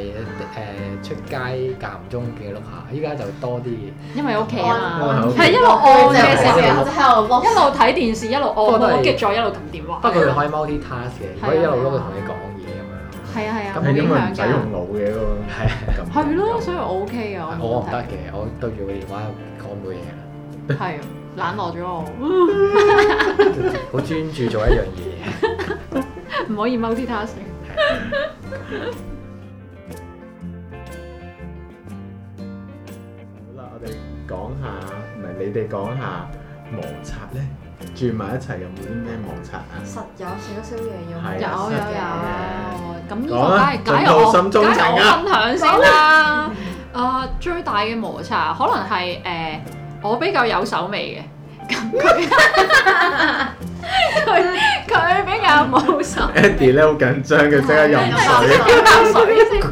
Speaker 3: 誒出街間唔中嘅碌下，依家就多啲嘅。
Speaker 4: 因為喺屋企啊嘛，
Speaker 2: 我
Speaker 4: 係一路
Speaker 1: 我
Speaker 4: 按
Speaker 1: 嘅
Speaker 4: 嘅時候，
Speaker 1: 時候，即係喺度碌
Speaker 4: 一路睇電視，一路
Speaker 3: 不過
Speaker 4: 按，
Speaker 3: 都係
Speaker 4: 我激咗一路撳電話。
Speaker 3: 不過佢可以 multitask 嘅，
Speaker 4: 啊
Speaker 3: 可以一路碌佢同你講嘢咁樣。
Speaker 4: 係啊係啊，冇
Speaker 3: 咁
Speaker 2: 係
Speaker 4: 影
Speaker 2: 因為唔
Speaker 4: 響
Speaker 2: 使
Speaker 4: 㗎。
Speaker 2: 用腦嘅嗰 個
Speaker 3: 係啊，
Speaker 2: 感覺
Speaker 4: 係咯，所以我 OK 啊，
Speaker 2: 哦
Speaker 3: 我唔
Speaker 4: 覺
Speaker 3: 得嘅，我對住個電話講冇嘢啦，
Speaker 4: 係啊冷落咗我，
Speaker 3: 好專注做一樣 嘢。
Speaker 4: 唔可以 multitasking。
Speaker 2: 好啦，我哋講下，唔係你哋講下摩擦咧，住埋一齊有冇啲咩摩擦啊？
Speaker 1: 實有少少嘢要
Speaker 2: 係
Speaker 4: 有有
Speaker 2: 啊
Speaker 4: 有，咁呢個
Speaker 2: 講
Speaker 4: 梗
Speaker 2: 啊
Speaker 4: 係梗係
Speaker 2: 盡到
Speaker 4: 我
Speaker 2: 心中
Speaker 4: 梗
Speaker 2: 情
Speaker 4: 係
Speaker 2: 啊
Speaker 4: 我分享先啦。 啊，最大嘅摩擦可能係誒，我比較有手尾嘅，咁佢 佢佢比較冇手。
Speaker 2: Eddie 咧好緊張，佢即刻
Speaker 1: 係
Speaker 2: 飲水。
Speaker 4: 要啖水先。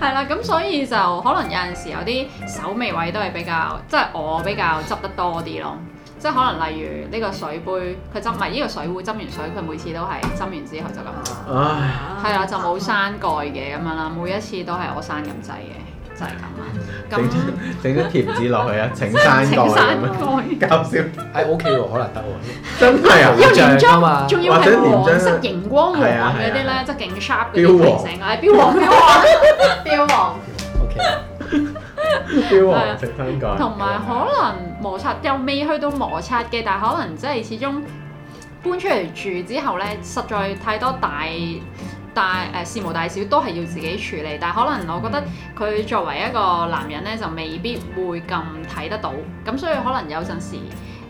Speaker 4: 係啦，咁所以就可能有陣時有啲手尾位都係比較，即係我比較執得多啲咯。即係可能例如呢個水杯，佢執埋呢個水壺，執完水佢每次都係執完之後就咁，
Speaker 2: 唉，
Speaker 4: 係啊啦就冇閂蓋嘅咁樣啦，每一次都係我閂咁滯嘅，就係咁啦。
Speaker 2: 整
Speaker 4: 咁
Speaker 2: 張整張貼紙落去啊，請山
Speaker 4: 請
Speaker 2: 蓋
Speaker 4: 閂
Speaker 2: 咁
Speaker 4: 蓋，
Speaker 2: 樣，搞笑，
Speaker 3: 誒哎 OK 喎，可能得喎，
Speaker 2: 真係啊！
Speaker 4: 因為連
Speaker 3: 啊嘛
Speaker 4: 張仲要
Speaker 2: 或者連
Speaker 4: 係
Speaker 2: 張
Speaker 4: 黃色熒光黃
Speaker 2: 係啊係啊
Speaker 4: 嗰啲咧，即係勁 sharp 嗰
Speaker 2: 標
Speaker 4: 啲
Speaker 2: 黃
Speaker 4: 提醒，係標黃標黃。
Speaker 1: 標王
Speaker 3: OK。
Speaker 2: 標王請山蓋，
Speaker 4: 同埋可能摩擦又未去到摩擦嘅，但係可能即係始終搬出嚟住之後咧，實在太多大但係誒事無大小都係要自己處理，但係可能我覺得佢作為一個男人咧，就未必會咁睇得到，咁所以可能有陣時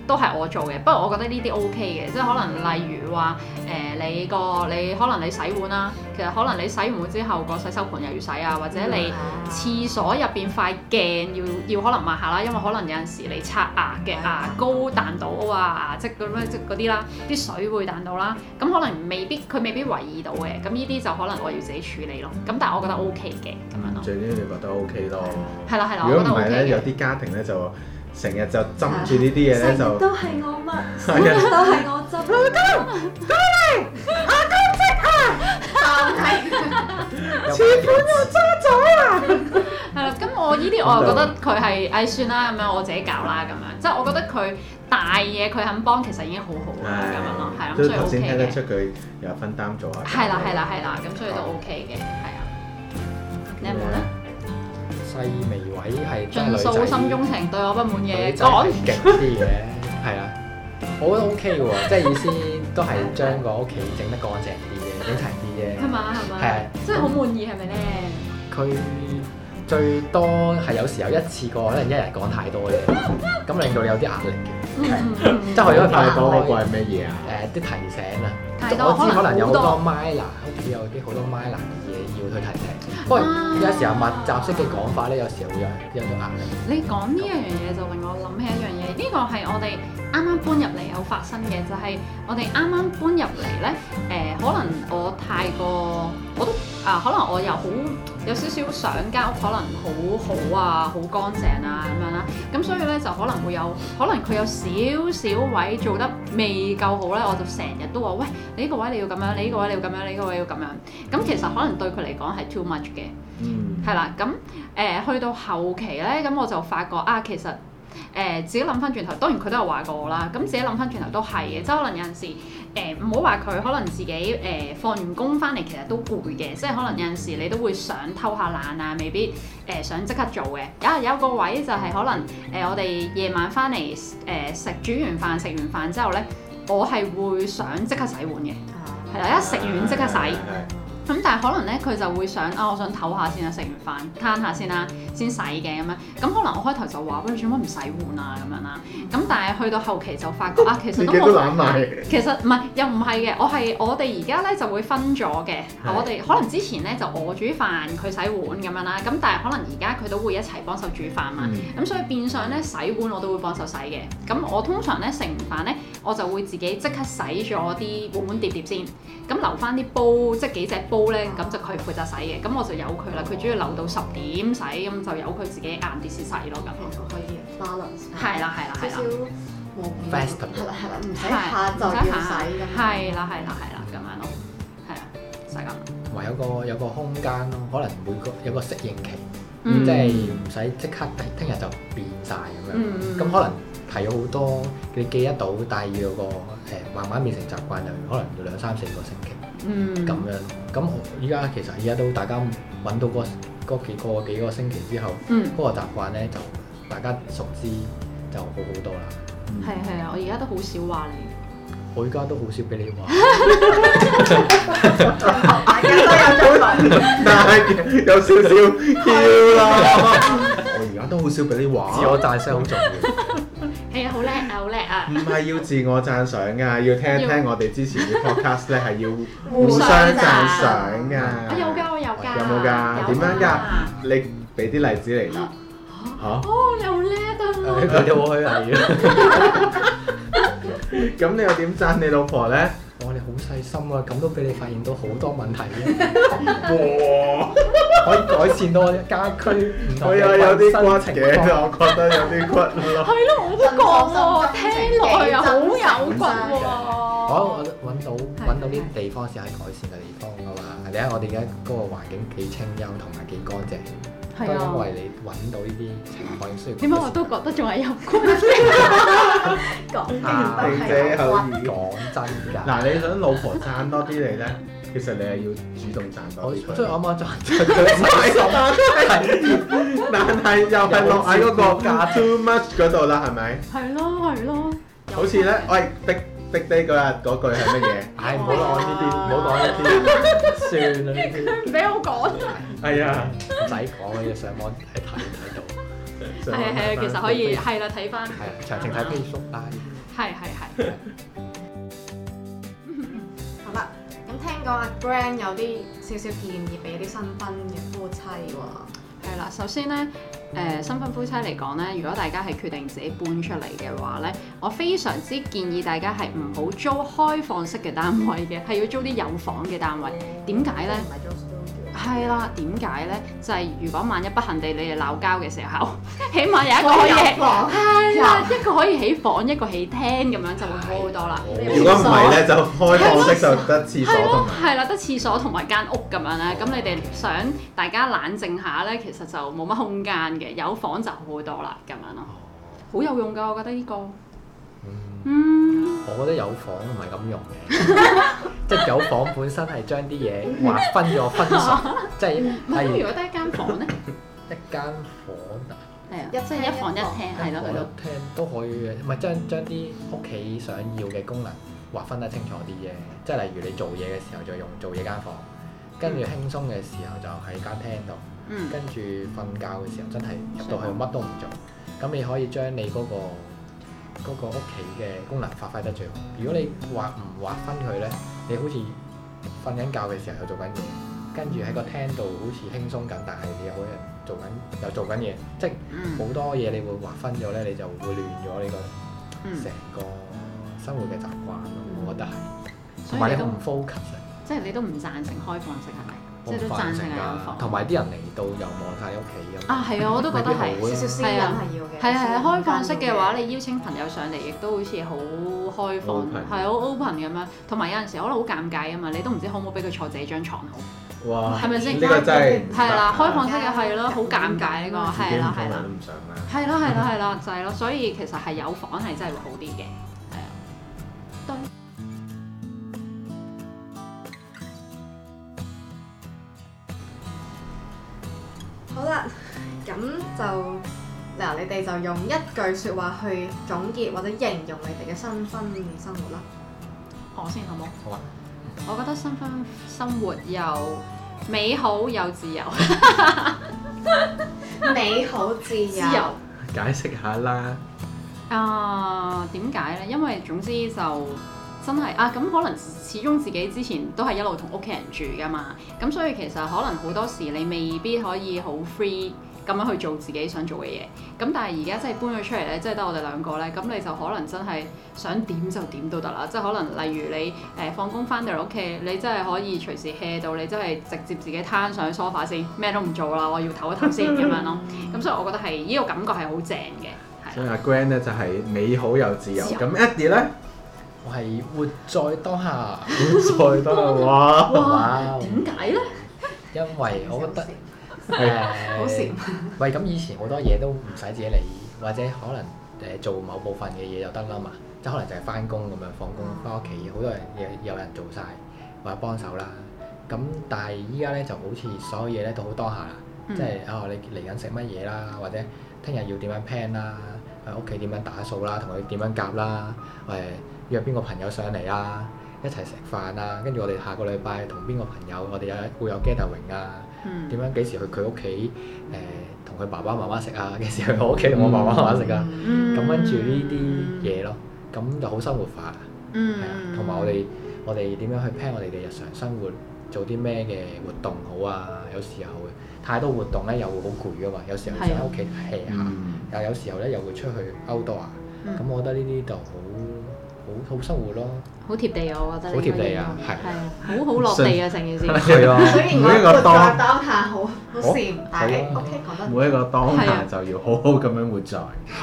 Speaker 4: 都係我做嘅。不過我覺得呢啲 O K 嘅，即係可能例如話誒、你個你可能你洗碗啦，其實可能你洗完碗之後個洗手盆又要洗啊，或者你。廁所入邊塊鏡要要可能抹下啦，因為可能有陣時你刷牙嘅牙膏彈到啊，牙漬咁樣即嗰啲啦，啲水會彈到啦，咁可能未必佢未必留意到嘅，咁呢啲就可能我要自己處理咯。咁但係我覺得 OK 嘅咁樣咯，
Speaker 2: 最緊要你覺得 OK 咯。
Speaker 4: 係啦係啦，
Speaker 2: 嗯如果
Speaker 4: 我覺
Speaker 2: 唔
Speaker 4: 得
Speaker 2: 係咧，有
Speaker 4: OK 嘅。
Speaker 2: 啲家庭咧就成日就針住呢啲嘢咧
Speaker 1: 成日
Speaker 2: 就
Speaker 1: 都係我乜，成
Speaker 2: 係
Speaker 1: 日
Speaker 2: 啊
Speaker 1: 都係我執。老公，到你，我公職啊！
Speaker 4: 係啦，咁我呢啲我又覺得佢係唉算啦咁樣，我自己搞啦咁樣，即係我覺得佢大嘢佢肯幫，其實已經好好啦咁樣咯，係啦，咁
Speaker 2: 都
Speaker 4: 所以
Speaker 2: 頭先
Speaker 4: OK
Speaker 2: 聽
Speaker 4: 嘅
Speaker 2: 得。出佢有分擔咗啊。
Speaker 4: 係啦係啦係啦，咁所以都 OK 嘅，係啊。你有冇咧？
Speaker 3: 細微位係真係
Speaker 4: 盡
Speaker 3: 女
Speaker 4: 數
Speaker 3: 仔
Speaker 4: 心中情對我不滿
Speaker 3: 女
Speaker 4: 嘅
Speaker 3: 仔係
Speaker 4: 講，
Speaker 3: 極啲嘅，係啊，我覺得 OK 喎，即係意思都係將個屋企整得乾淨啲嘅，整齊啲嘅。
Speaker 4: 係嘛係嘛
Speaker 3: 係，
Speaker 4: 真係好滿意係咪咧？
Speaker 3: 佢最多係有時候一次過，可能一日講太多嘢，咁令到你有啲壓力嘅。
Speaker 4: 嗯
Speaker 3: 即係我如果
Speaker 2: 太
Speaker 3: 太
Speaker 2: 多嗰
Speaker 3: 多
Speaker 2: 個
Speaker 3: 誒
Speaker 2: 係咩嘢啊？
Speaker 3: 啲提醒啊，
Speaker 4: 太多
Speaker 3: 我知可能有好
Speaker 4: 可能好
Speaker 3: 多 minor，屋企有啲好多 minor 嘅嘢要去提醒。不過有時候密集式嘅講法咧，有時候會有有種壓力。
Speaker 4: 你講呢一樣嘢就令我諗起一樣嘢，呢個係我哋啱啱搬入嚟有發生嘅，就係、我哋啱啱搬入嚟咧，誒、可能我太過，我都啊、可能我又好有少少想間屋可能好好啊，好乾淨啊咁樣啦，咁所以咧就可能會有， 可能佢有少少位做得未夠好咧，我就成日都話喂，你呢個位你要咁樣，你呢個位你要咁樣，你呢個位要咁樣，咁其實可能對佢嚟講係 too much 嘅。
Speaker 2: 嗯，
Speaker 4: 係啦，咁誒、呃去到後期咧，咁我就發覺啊，其實誒、呃自己諗翻轉頭，當然佢都有話過我啦。咁自己諗翻轉頭都係嘅，即係可能有陣時誒唔好話佢，可能自己誒、呃放完工翻嚟其實都攰嘅，即係可能有陣時你都會想偷下懶啊，未必誒、呃想即刻做嘅。啊有個位就係可能誒、呃我哋夜晚翻嚟誒食煮完飯食完飯之後咧，我係會想即刻洗碗嘅，係啦，一食完即刻洗。咁但係可能咧，佢就會想啊，我想唞下先啊，食完飯攤下先啦，先洗嘅咁樣。咁可能我開頭就話喂，你做乜唔洗碗啊咁樣啦。咁但係去到後期就發覺啊，其
Speaker 2: 自
Speaker 4: 實
Speaker 2: 己
Speaker 4: 都
Speaker 2: 都
Speaker 4: 冇。
Speaker 2: 攬埋。
Speaker 4: 其實唔係，又唔係嘅。我係我哋而家咧就會分咗嘅。
Speaker 2: 係
Speaker 4: 我哋可能之前咧就我煮飯，佢洗碗咁樣啦。咁但係可能而家佢都會一齊幫手煮飯嘛。
Speaker 2: 嗯
Speaker 4: 咁所以變相咧洗碗我都會幫手洗嘅。咁我通常咧食完飯咧，我就會自己即刻洗咗啲碗碗碟碟先。咁留翻啲煲，即係幾隻煲咧，咁就佢負責洗嘅。咁我就由佢啦，佢主要留到十點洗，咁就由佢自己晏啲先洗咯。咁
Speaker 1: 其實可以 balance
Speaker 4: 係啦，係啦，
Speaker 1: 少
Speaker 4: 係
Speaker 1: 少
Speaker 4: 啦，
Speaker 1: 冇面
Speaker 3: Festival
Speaker 1: 係啦係啦，唔使
Speaker 4: 係
Speaker 1: 下就要洗咁。
Speaker 4: 係啦，係啦，係啦，咁樣咯，係啊，就係咁。
Speaker 3: 同埋有個有個空間咯，可能每個有個適應期，
Speaker 4: 嗯
Speaker 3: 即係唔使即刻聽日就變晒咁樣。
Speaker 4: 嗯嗯
Speaker 3: 咁可能係好多你記得到，但係要有個誒、慢慢變成習慣，就可能要兩三四個星期
Speaker 4: 嗯
Speaker 3: 咁、樣。咁我依家其實依家都大家揾到嗰嗰幾個幾個星期之後，
Speaker 4: 嗯
Speaker 3: 嗰、個習慣咧就大家熟知就好好多啦。
Speaker 4: 係係啊，我而家都好少話你，
Speaker 3: 我依家都好少俾 你話，
Speaker 1: 大家都有進步。
Speaker 4: 嗯
Speaker 2: 但係有少少嬌
Speaker 4: 啊
Speaker 2: 啦。我而家都好少俾你
Speaker 3: 自我
Speaker 2: 話，
Speaker 3: 讚聲好重要。
Speaker 4: 係啊，好叻啊，好叻啊
Speaker 2: 唔，係要自我讚賞噶，要聽一聽我哋之前 嘅 podcast 咧係要互
Speaker 1: 互
Speaker 2: 相
Speaker 1: 相
Speaker 2: 讚
Speaker 4: 讚
Speaker 2: 賞
Speaker 4: 我有
Speaker 2: 噶。
Speaker 4: 㗎，我啊有㗎，
Speaker 2: 有冇㗎？點樣㗎
Speaker 4: 㗎？？
Speaker 2: 你俾啲例子嚟啦。嚇！
Speaker 4: 哦，你好叻啊！
Speaker 3: 誒佢哋好虛偽嘅。
Speaker 2: 咁你又點讚你老 婆咧？
Speaker 3: 我哋好細心啊，咁都俾你發現到好多問題嘅，
Speaker 2: 哇！
Speaker 3: 可以改善到我哋家居唔同
Speaker 2: 我
Speaker 3: 嘅
Speaker 2: 又有啲骨
Speaker 3: 衞生情
Speaker 2: 嘅，
Speaker 3: 況
Speaker 2: 我覺得有啲骨 咯。
Speaker 4: 係咯，我都覺喎，啊聽落去又好有骨喎。
Speaker 3: 我我揾到揾到啲地方先係改善嘅地方㗎嘛。你睇我哋而家嗰個環境幾清幽同埋幾乾淨，
Speaker 4: 啊
Speaker 3: 都因為你揾到呢啲情況需要。
Speaker 4: 點解我都覺得仲係有骨
Speaker 1: 講完
Speaker 3: 啊
Speaker 1: 都
Speaker 2: 定
Speaker 1: 係
Speaker 2: 者
Speaker 1: 有
Speaker 2: 口
Speaker 1: 關
Speaker 2: 語。
Speaker 3: 講真㗎？
Speaker 2: 嗱，你想老婆讚多啲你咧，其實你係要主動讚
Speaker 3: 我
Speaker 2: 多啲
Speaker 3: 所
Speaker 2: 佢。
Speaker 3: 以啱啱就係佢細心，
Speaker 2: 但係又係落喺嗰個 too much 嗰度啦，係咪？
Speaker 4: 係咯係咯，
Speaker 2: 好似 咧，喂，逼逼低嗰日嗰句係乜嘢？
Speaker 3: 唉唔好講呢啲，唔好講呢啲。
Speaker 2: 算啦呢啲，
Speaker 4: 唔俾我講。
Speaker 2: 係啊，
Speaker 3: 唔使講嘅，要上網睇睇睇到。
Speaker 4: 係係係，啊其實可以係啦，睇翻。
Speaker 3: 係啊，詳情睇 Facebook 啦。
Speaker 4: 係係係。
Speaker 1: 好啦，咁聽講阿 Grand 有啲少少建議俾啲新婚嘅夫妻喎，
Speaker 4: 係啦，首先咧，誒、新婚夫妻嚟講咧，如果大家係決定自己搬出嚟嘅話咧，我非常之建議大家係唔好租開放式嘅單位嘅，係要租啲有房嘅單位。點解咧
Speaker 1: 唔係做 studio，
Speaker 4: 係啦，點解咧？就係、如果萬一不幸地你哋鬧交嘅時 候，起碼有一個可以
Speaker 1: 有房
Speaker 4: 係啦，一個可以起房，一個起廳咁樣就會好好多啦。
Speaker 2: 如果唔係咧，就開放式就得廁所
Speaker 4: 係
Speaker 2: 同
Speaker 4: 咯，
Speaker 2: 埋。
Speaker 4: 係啦，得廁所同埋間屋咁樣咧。咁你哋想大家冷靜下咧，其實就冇乜空間嘅，有房就好好多啦，咁樣咯，好有用㗎，我覺得呢、個。
Speaker 3: 嗯，
Speaker 4: 嗯，
Speaker 3: 我覺得有房唔係咁用嘅， 即係有房本身係將啲嘢劃分咗分屬，即係
Speaker 4: 哦唔係，
Speaker 3: 例如
Speaker 4: 如果得一間房咧，
Speaker 3: 一間房啊。
Speaker 4: 係啊，
Speaker 1: 一
Speaker 4: 即係一房一廳，係咯係咯，
Speaker 3: 聽都可以嘅，唔係將將啲屋企想要嘅功能劃分得清楚啲嘅，即係例如你做嘢嘅時候就用做嘢間房，跟住輕鬆嘅時候就喺間廳度，
Speaker 4: 嗯，
Speaker 3: 跟住瞓覺嘅時候真係入到去乜都唔做，咁你可以將你嗰、個嗰個屋企嘅功能發揮得最好。如果你劃唔劃分佢呢，你好似瞓緊覺嘅時候又做緊嘢，跟住喺個廳度好似輕鬆緊，但係你又好似做緊又做緊嘢，即係。
Speaker 4: 嗯
Speaker 3: 好多嘢你會劃分咗咧，你就會亂咗你個
Speaker 4: 嗯
Speaker 3: 成，個生活嘅習慣咯。我覺得係，
Speaker 4: 所
Speaker 3: 同
Speaker 4: 以
Speaker 3: 埋
Speaker 4: 你
Speaker 3: 你
Speaker 4: 都
Speaker 3: 好唔 focus 啊，
Speaker 4: 即係你都唔贊成開放式係咪？即
Speaker 3: 好
Speaker 4: 係
Speaker 3: 啊唔
Speaker 4: 都贊
Speaker 3: focus
Speaker 4: 成係有
Speaker 3: 㗎。
Speaker 4: 房。
Speaker 3: 同埋啲人嚟到又望晒你屋企咁。
Speaker 4: 啊，係啊，我都覺得係。
Speaker 1: 少少私隱係要嘅，
Speaker 4: 係係係開放式嘅話，
Speaker 1: 你
Speaker 4: 你邀請朋友上嚟，亦都好似好開放，
Speaker 2: Open
Speaker 4: 係啊好 open 咁樣。同埋有陣時可能好尷尬啊嘛，你都唔知可唔可以俾佢坐自己張床好，
Speaker 2: 哇！
Speaker 4: 係咪先？
Speaker 2: 呢個真係唔得
Speaker 4: 係啦，開放
Speaker 1: 式
Speaker 4: 式嘅係咯，好尷尬呢個，
Speaker 2: 自己
Speaker 4: 係
Speaker 2: 唔通
Speaker 4: 啦係啊
Speaker 2: 人
Speaker 4: 啦
Speaker 2: 都，唔想啦。
Speaker 4: 係啦係啦係啦，就係咯。所以其實係有房係真係會好啲嘅，係啊。對
Speaker 1: 好啦，咁就嗱，你哋就用一句説話去總結或者形容你哋嘅新婚生活啦。
Speaker 4: 我先好冇？
Speaker 3: 好啊，
Speaker 4: 我覺得新婚生活又美好又自由，
Speaker 1: 美好自由，
Speaker 4: 自由。
Speaker 2: 解釋下啦，
Speaker 4: 啊，點解咧？因為總之就真係啊，咁可能始終自己之前都係一路同屋企人住噶嘛，咁所以其實可能好多時你未必可以好 free 咁樣去做自己想做嘅嘢。咁但係而家真係搬咗出嚟咧，即係得我哋兩個咧，咁你就可能真係想點就點都得啦。即係可能例如你誒放工翻到嚟屋企，你真係可以隨時 hea 到，你真係直接自己攤上 sofa 先，咩都唔做啦，我要唞一唞先咁樣咯。咁所以我覺得係呢個感覺係好正嘅，係啦
Speaker 2: 所以阿 Grand 咧就係美好又自由。
Speaker 4: 自由
Speaker 2: 咁 Eddie 咧，
Speaker 3: 我係活在當下。
Speaker 2: 再得啦，哇！
Speaker 3: 哇！
Speaker 4: 點解咧？
Speaker 3: 因為我覺得
Speaker 2: 係
Speaker 1: 好
Speaker 3: 誒
Speaker 1: 羨，
Speaker 3: 喂咁以前好多嘢都唔使自己理，或者可能誒做某部分嘅嘢就得啦嘛，即係可能就係翻工咁樣放工
Speaker 1: 嗯
Speaker 3: 翻屋企，好多人有有人做晒或者幫手啦。咁但係依家咧就好似所有嘢咧都好當下啦，
Speaker 4: 嗯
Speaker 3: 即係哦你嚟緊食乜嘢啦，或者聽日要點樣 plan 啦，誒屋企點樣打掃啦，同佢點樣夾啦，誒、約邊個朋友上嚟啦，一齊食飯啦，跟住我哋下個禮拜同邊個朋友，我哋有會有 gathering 啊。
Speaker 4: 嗯
Speaker 3: 點樣幾時去佢屋企誒同佢爸爸媽媽食啊？ 幾時去我屋企
Speaker 4: 嗯
Speaker 3: 同我爸爸媽媽食啊？
Speaker 1: 嗯
Speaker 3: 咁跟住呢啲，嘢咯，咁就好生活化，係啊、
Speaker 4: 嗯，
Speaker 3: 同埋我哋我哋點樣去 plan 我哋嘅日常生活，做啲咩嘅活動好啊？有時候太多活動咧又會好攰噶嘛，有時候想
Speaker 4: 啊
Speaker 3: 喺屋企 hea 下，
Speaker 2: 嗯
Speaker 3: 又有時候咧又會出去 outdoor 啊，
Speaker 4: 嗯
Speaker 3: 咁我覺得呢啲就好好好生活咯，
Speaker 4: 好貼地啊！我覺得
Speaker 3: 好貼地啊
Speaker 4: 係
Speaker 3: 係
Speaker 4: 好好落地啊！成件事
Speaker 3: 係啊
Speaker 1: 雖然
Speaker 2: 每一
Speaker 1: 我
Speaker 2: 個
Speaker 1: 活在
Speaker 2: 當
Speaker 1: 當下好好羨，但係
Speaker 3: 係啊
Speaker 1: OK 講得
Speaker 2: 每一個當
Speaker 4: 係
Speaker 2: 下
Speaker 4: 啊
Speaker 2: 就要好好咁樣活在。
Speaker 4: 係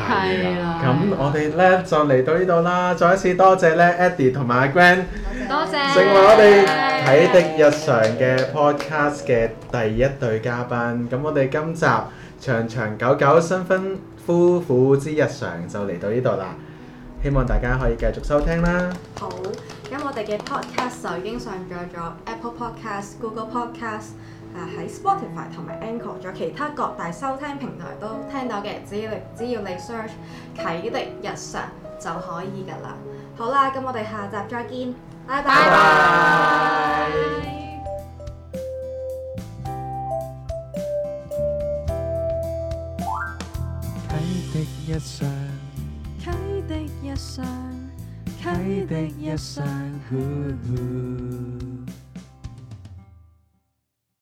Speaker 4: 啊啦。
Speaker 2: 咁我哋咧就嚟到呢度啦，再一次多謝咧 Eddie 同埋阿 Grand
Speaker 4: 多謝
Speaker 2: 成為我哋啟迪日常嘅 podcast 嘅第一對嘉賓。咁我哋今集長長久久新婚夫婦之日常就嚟到呢度啦，希望大家可以繼續收聽啦。
Speaker 1: 好，咁我哋嘅 podcast 就已經上載咗 Apple Podcast、Google Podcast，啊喺 Spotify 同埋 Anchor，仲有其他各大收聽平台都聽到嘅，只要你只要你 search 啟迪日常就可以㗎啦。好啦，咁我哋下集再見，拜拜。
Speaker 4: 拜拜。
Speaker 2: 一雙，
Speaker 5: 啟的一雙，
Speaker 2: 啟的
Speaker 5: 啟的
Speaker 2: 一
Speaker 5: 一
Speaker 2: 雙
Speaker 5: 雙。。
Speaker 2: 呼呼